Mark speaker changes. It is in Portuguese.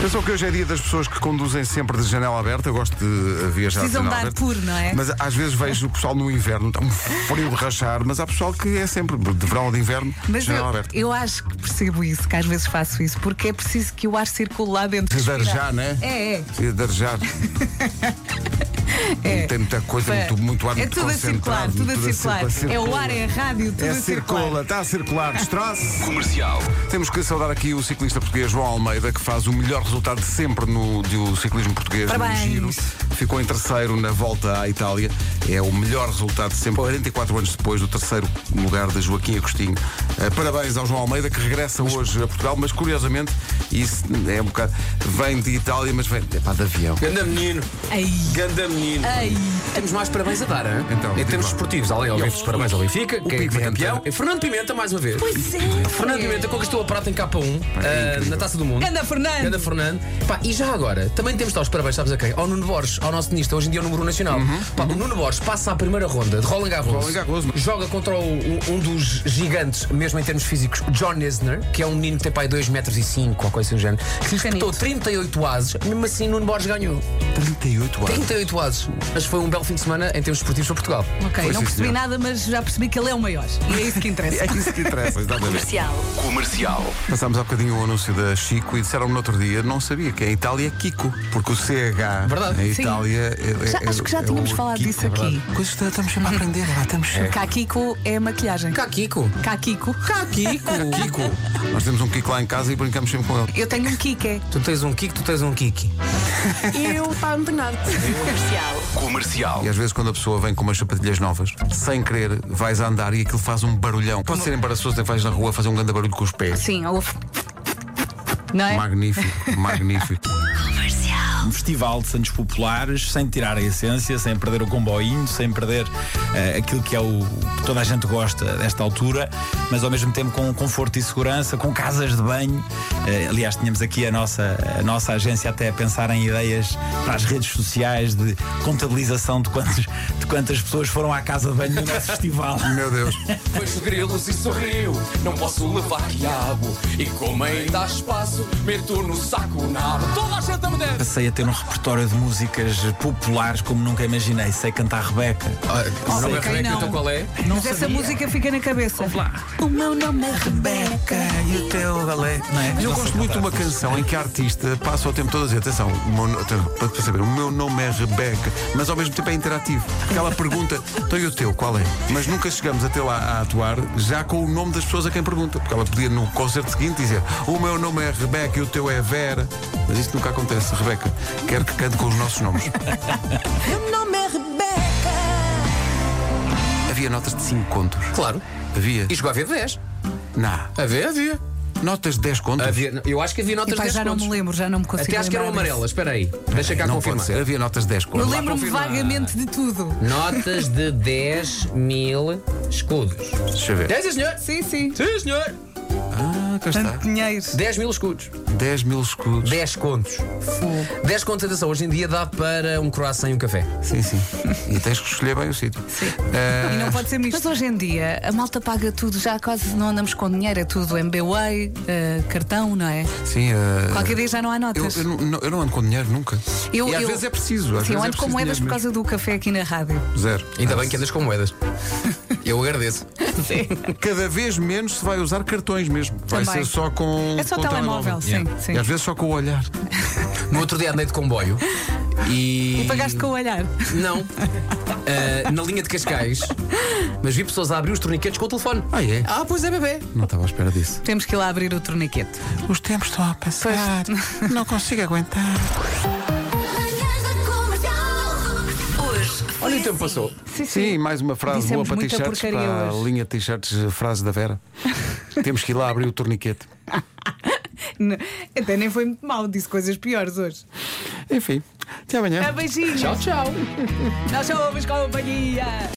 Speaker 1: Pensou que hoje é dia das pessoas que conduzem sempre de janela aberta. Eu gosto de eh, viajar
Speaker 2: Precisam
Speaker 1: de janela
Speaker 2: dar
Speaker 1: aberta.
Speaker 2: puro, não é?
Speaker 1: Mas às vezes vejo o pessoal no inverno, está um frio de rachar, mas há pessoal que é sempre de verão ou de inverno,
Speaker 2: Mas eu,
Speaker 1: janela aberta.
Speaker 2: eu acho que percebo isso, que às vezes faço isso, porque é preciso que o ar circule lá dentro.
Speaker 1: Precisa de
Speaker 2: respirar.
Speaker 1: arejar, não é?
Speaker 2: É, é.
Speaker 1: Precisa de arejar. Tem muita coisa,
Speaker 2: Pá,
Speaker 1: muito, muito ar
Speaker 2: é
Speaker 1: muito
Speaker 2: tudo a circular,
Speaker 1: concentrado,
Speaker 2: tudo a
Speaker 1: tudo a
Speaker 2: circular.
Speaker 1: circular,
Speaker 2: É o
Speaker 1: circula.
Speaker 2: ar, é a rádio, tudo
Speaker 1: É
Speaker 2: a circular.
Speaker 1: circula, está a circular, destroço.
Speaker 3: Comercial.
Speaker 1: Temos que saudar aqui o ciclista português João Almeida, que faz o melhor resultado de sempre no do ciclismo português
Speaker 2: Parabéns.
Speaker 1: no Giro. Ficou em terceiro na volta à Itália. É o melhor resultado de sempre, 44 anos depois do terceiro lugar de Joaquim Agostinho. Eh, parabéns ao João Almeida, que regressa hoje a Portugal, mas curiosamente, isso é um bocado. Vem de Itália, mas vem epá, de avião.
Speaker 3: Ganda menino.
Speaker 2: Ei,
Speaker 3: Ganda menino.
Speaker 2: ei.
Speaker 3: Temos mais parabéns a dar, hein?
Speaker 1: Então,
Speaker 3: em
Speaker 1: diz
Speaker 3: termos
Speaker 1: lá.
Speaker 3: esportivos, além ao vivo dos parabéns ao Benfica, que é
Speaker 1: Pimenta.
Speaker 3: campeão. E Fernando Pimenta, mais uma vez.
Speaker 2: Pois é.
Speaker 3: Fernando Pimenta conquistou a prata em
Speaker 1: é,
Speaker 3: K1 ah, na Taça do Mundo.
Speaker 2: Ganda Fernando.
Speaker 3: Ganda Fernando. Pá, e já agora, também temos de dar os parabéns, sabes a quem? Ao Nuno Borges, ao nosso tenista, hoje em dia é o número 1 nacional. Pá, o Nuno Borges passa à primeira ronda de Roland Garros.
Speaker 1: Uhum, Roland Garros.
Speaker 3: Joga contra o- o- um dos gigantes, mesmo em termos físicos, John Isner, que é um menino que tem pai 2 metros e 5, ou coisa assim do género, que lhe
Speaker 2: Pequenito.
Speaker 3: espetou 38 ases, mesmo assim Nuno Borges ganhou.
Speaker 1: 38 anos.
Speaker 3: 38 ases. Mas foi um belo fim de semana em termos esportivos para Portugal.
Speaker 2: Ok,
Speaker 1: Foi, sim,
Speaker 2: não percebi
Speaker 1: senhor.
Speaker 2: nada, mas já percebi que ele é o maior. E é isso que interessa.
Speaker 1: É isso que interessa, exatamente.
Speaker 2: Comercial.
Speaker 4: Comercial.
Speaker 1: Passámos há bocadinho o anúncio da Chico e disseram-me no outro dia, não sabia que em Itália é Kiko, porque o CH
Speaker 3: Verdade.
Speaker 1: em
Speaker 2: Sim.
Speaker 1: Itália é, é,
Speaker 2: Já- acho que já tínhamos
Speaker 1: o
Speaker 2: falado
Speaker 1: Kiko,
Speaker 2: disso
Speaker 1: é
Speaker 2: aqui.
Speaker 1: verdade. Coisas que estamos sempre a aprender, lá, estamos sempre.
Speaker 2: Kakiko é maquilhagem.
Speaker 3: Cá, Kiko.
Speaker 2: Kakiko.
Speaker 3: Cá, Kiko. Kiko.
Speaker 1: Nós temos um Kiko lá em casa e brincamos sempre com ele.
Speaker 2: Eu tenho um Kike.
Speaker 3: Tu tens um Kiko, tu tens um Kiki.
Speaker 2: Eu, pá, não tenho nada.
Speaker 4: Comercial.
Speaker 1: E às vezes quando a pessoa vem com umas sapatilhas novas, sem querer, vais a andar e aquilo faz um barulhão. Pode ser embaraçoso que vais na rua fazer um grande barulho com os pés.
Speaker 2: Sim, ou. Não é?
Speaker 1: Magnífico, magnífico.
Speaker 5: Um festival de Santos Populares, sem tirar a essência, sem perder o comboinho, sem perder eh, aquilo que é o que toda a gente gosta desta altura, mas ao mesmo tempo com conforto e segurança, com casas de banho. Eh, aliás, tínhamos aqui a nossa, a nossa agência até a pensar em ideias para as redes sociais de contabilização de, quantos, de quantas pessoas foram à casa de banho no nosso festival.
Speaker 1: Meu Deus.
Speaker 6: Vejo grelos e sorriu, não posso levar quiabo. E como ainda há espaço, meto no saco o nabo. Toda a gente a me der.
Speaker 5: Passei a ter um repertório de músicas populares como nunca imaginei. Sei cantar Rebeca.
Speaker 3: O nome é
Speaker 2: quem
Speaker 3: Rebeca,
Speaker 2: não?
Speaker 3: então qual é?
Speaker 5: Não
Speaker 2: Mas essa
Speaker 5: sabia.
Speaker 2: música fica na cabeça. O meu nome é Rebeca.
Speaker 5: e o teu balé. Não é?
Speaker 1: Mas eu
Speaker 5: Não
Speaker 1: gosto
Speaker 5: sei
Speaker 1: muito de uma
Speaker 5: cantar.
Speaker 1: canção em que a artista passa o tempo todo a dizer atenção, o meu no- atenção, para para saber, o meu nome é Rebeca, mas ao mesmo tempo é interativo. Porque ela pergunta, então e o teu, qual é? Mas nunca chegamos até lá a atuar já com o nome das pessoas a quem pergunta. Porque ela podia no concerto seguinte dizer, o meu nome é Rebeca e o teu é Vera. Mas isto nunca acontece, Rebeca. Quero que cante com os nossos nomes.
Speaker 2: Meu nome é Rebeca.
Speaker 1: Havia notas de 5 contos.
Speaker 3: Claro.
Speaker 1: Havia.
Speaker 3: E chegou a haver 10.
Speaker 1: Não.
Speaker 3: Havia, havia.
Speaker 1: Notas de 10 contos.
Speaker 3: havia. Eu acho que havia notas
Speaker 2: Epá,
Speaker 3: 10
Speaker 2: já não
Speaker 3: contos.
Speaker 2: me lembro, já não me consigo
Speaker 3: Até acho que eram
Speaker 2: lembrar disso.
Speaker 3: amarelas, espera aí. Deixa cá
Speaker 1: não
Speaker 3: confirmar.
Speaker 1: pode ser. Havia notas de 10 contos.
Speaker 2: Eu lembro-me
Speaker 3: confirmar.
Speaker 2: vagamente de tudo.
Speaker 3: Notas de 10 mil escudos.
Speaker 1: Deixa eu ver.
Speaker 3: 10, é, senhor?
Speaker 2: Sim, sim.
Speaker 3: Sim, senhor.
Speaker 1: Ah, cá está.
Speaker 2: Tanto dinheiro.
Speaker 3: 10 mil escudos.
Speaker 1: 10 mil escudos.
Speaker 3: 10 contos. 10 contos, atenção, hoje em dia dá para um croissant e um café.
Speaker 1: Sim, sim. E tens que escolher bem o sítio. Ah,
Speaker 2: E não pode ser misto. Mas hoje em dia, a malta paga tudo, já quase não andamos com dinheiro, é tudo MBWay, eh, cartão, não é?
Speaker 1: Sim, eh,
Speaker 2: Qualquer dia já não há
Speaker 1: eu,
Speaker 2: notas.
Speaker 1: eu não, eu não ando com dinheiro nunca.
Speaker 2: Eu-
Speaker 1: e às
Speaker 2: eu-
Speaker 1: vezes é preciso. Às
Speaker 2: Sim,
Speaker 1: vezes
Speaker 2: eu ando
Speaker 1: é
Speaker 2: com
Speaker 1: preciso
Speaker 2: moedas por
Speaker 1: dinheiro
Speaker 2: causa do café aqui na rádio.
Speaker 1: mesmo. Zero.
Speaker 3: Ainda bem que andas com moedas. Eu agradeço.
Speaker 1: Ah, Cada vez menos se vai usar cartões mesmo. Vai
Speaker 2: Também.
Speaker 1: ser só com.
Speaker 2: É só
Speaker 1: com
Speaker 2: telemóvel, sim, sim.
Speaker 1: um E às vezes só com o olhar.
Speaker 3: No outro dia andei de comboio e.
Speaker 2: E pagaste com o olhar.
Speaker 3: Não. Ah, na linha de Cascais. Mas vi pessoas a abrir os torniquetes com o telefone.
Speaker 1: Ah, é?
Speaker 3: Ah, pois é, bebê.
Speaker 1: Não estava à espera disso.
Speaker 2: Temos que ir lá abrir o torniquete.
Speaker 1: Os tempos estão a passar. não consigo aguentar.
Speaker 7: Manhãs da Comercial. Hoje
Speaker 3: Olha então, o tempo passou.
Speaker 2: Sim,
Speaker 1: Sim, mais uma frase
Speaker 2: Dissemos
Speaker 1: boa para
Speaker 2: muita
Speaker 1: t-shirts,
Speaker 2: porcaria
Speaker 1: para a
Speaker 2: hoje.
Speaker 1: linha de t-shirts, eh, frase da Vera. Temos que ir lá abrir o torniquete.
Speaker 2: N- Até nem foi muito mal, disse coisas piores hoje.
Speaker 1: Enfim, até amanhã.
Speaker 2: Ah, beijinhos. Tchau, tchau. Nós somos companhia.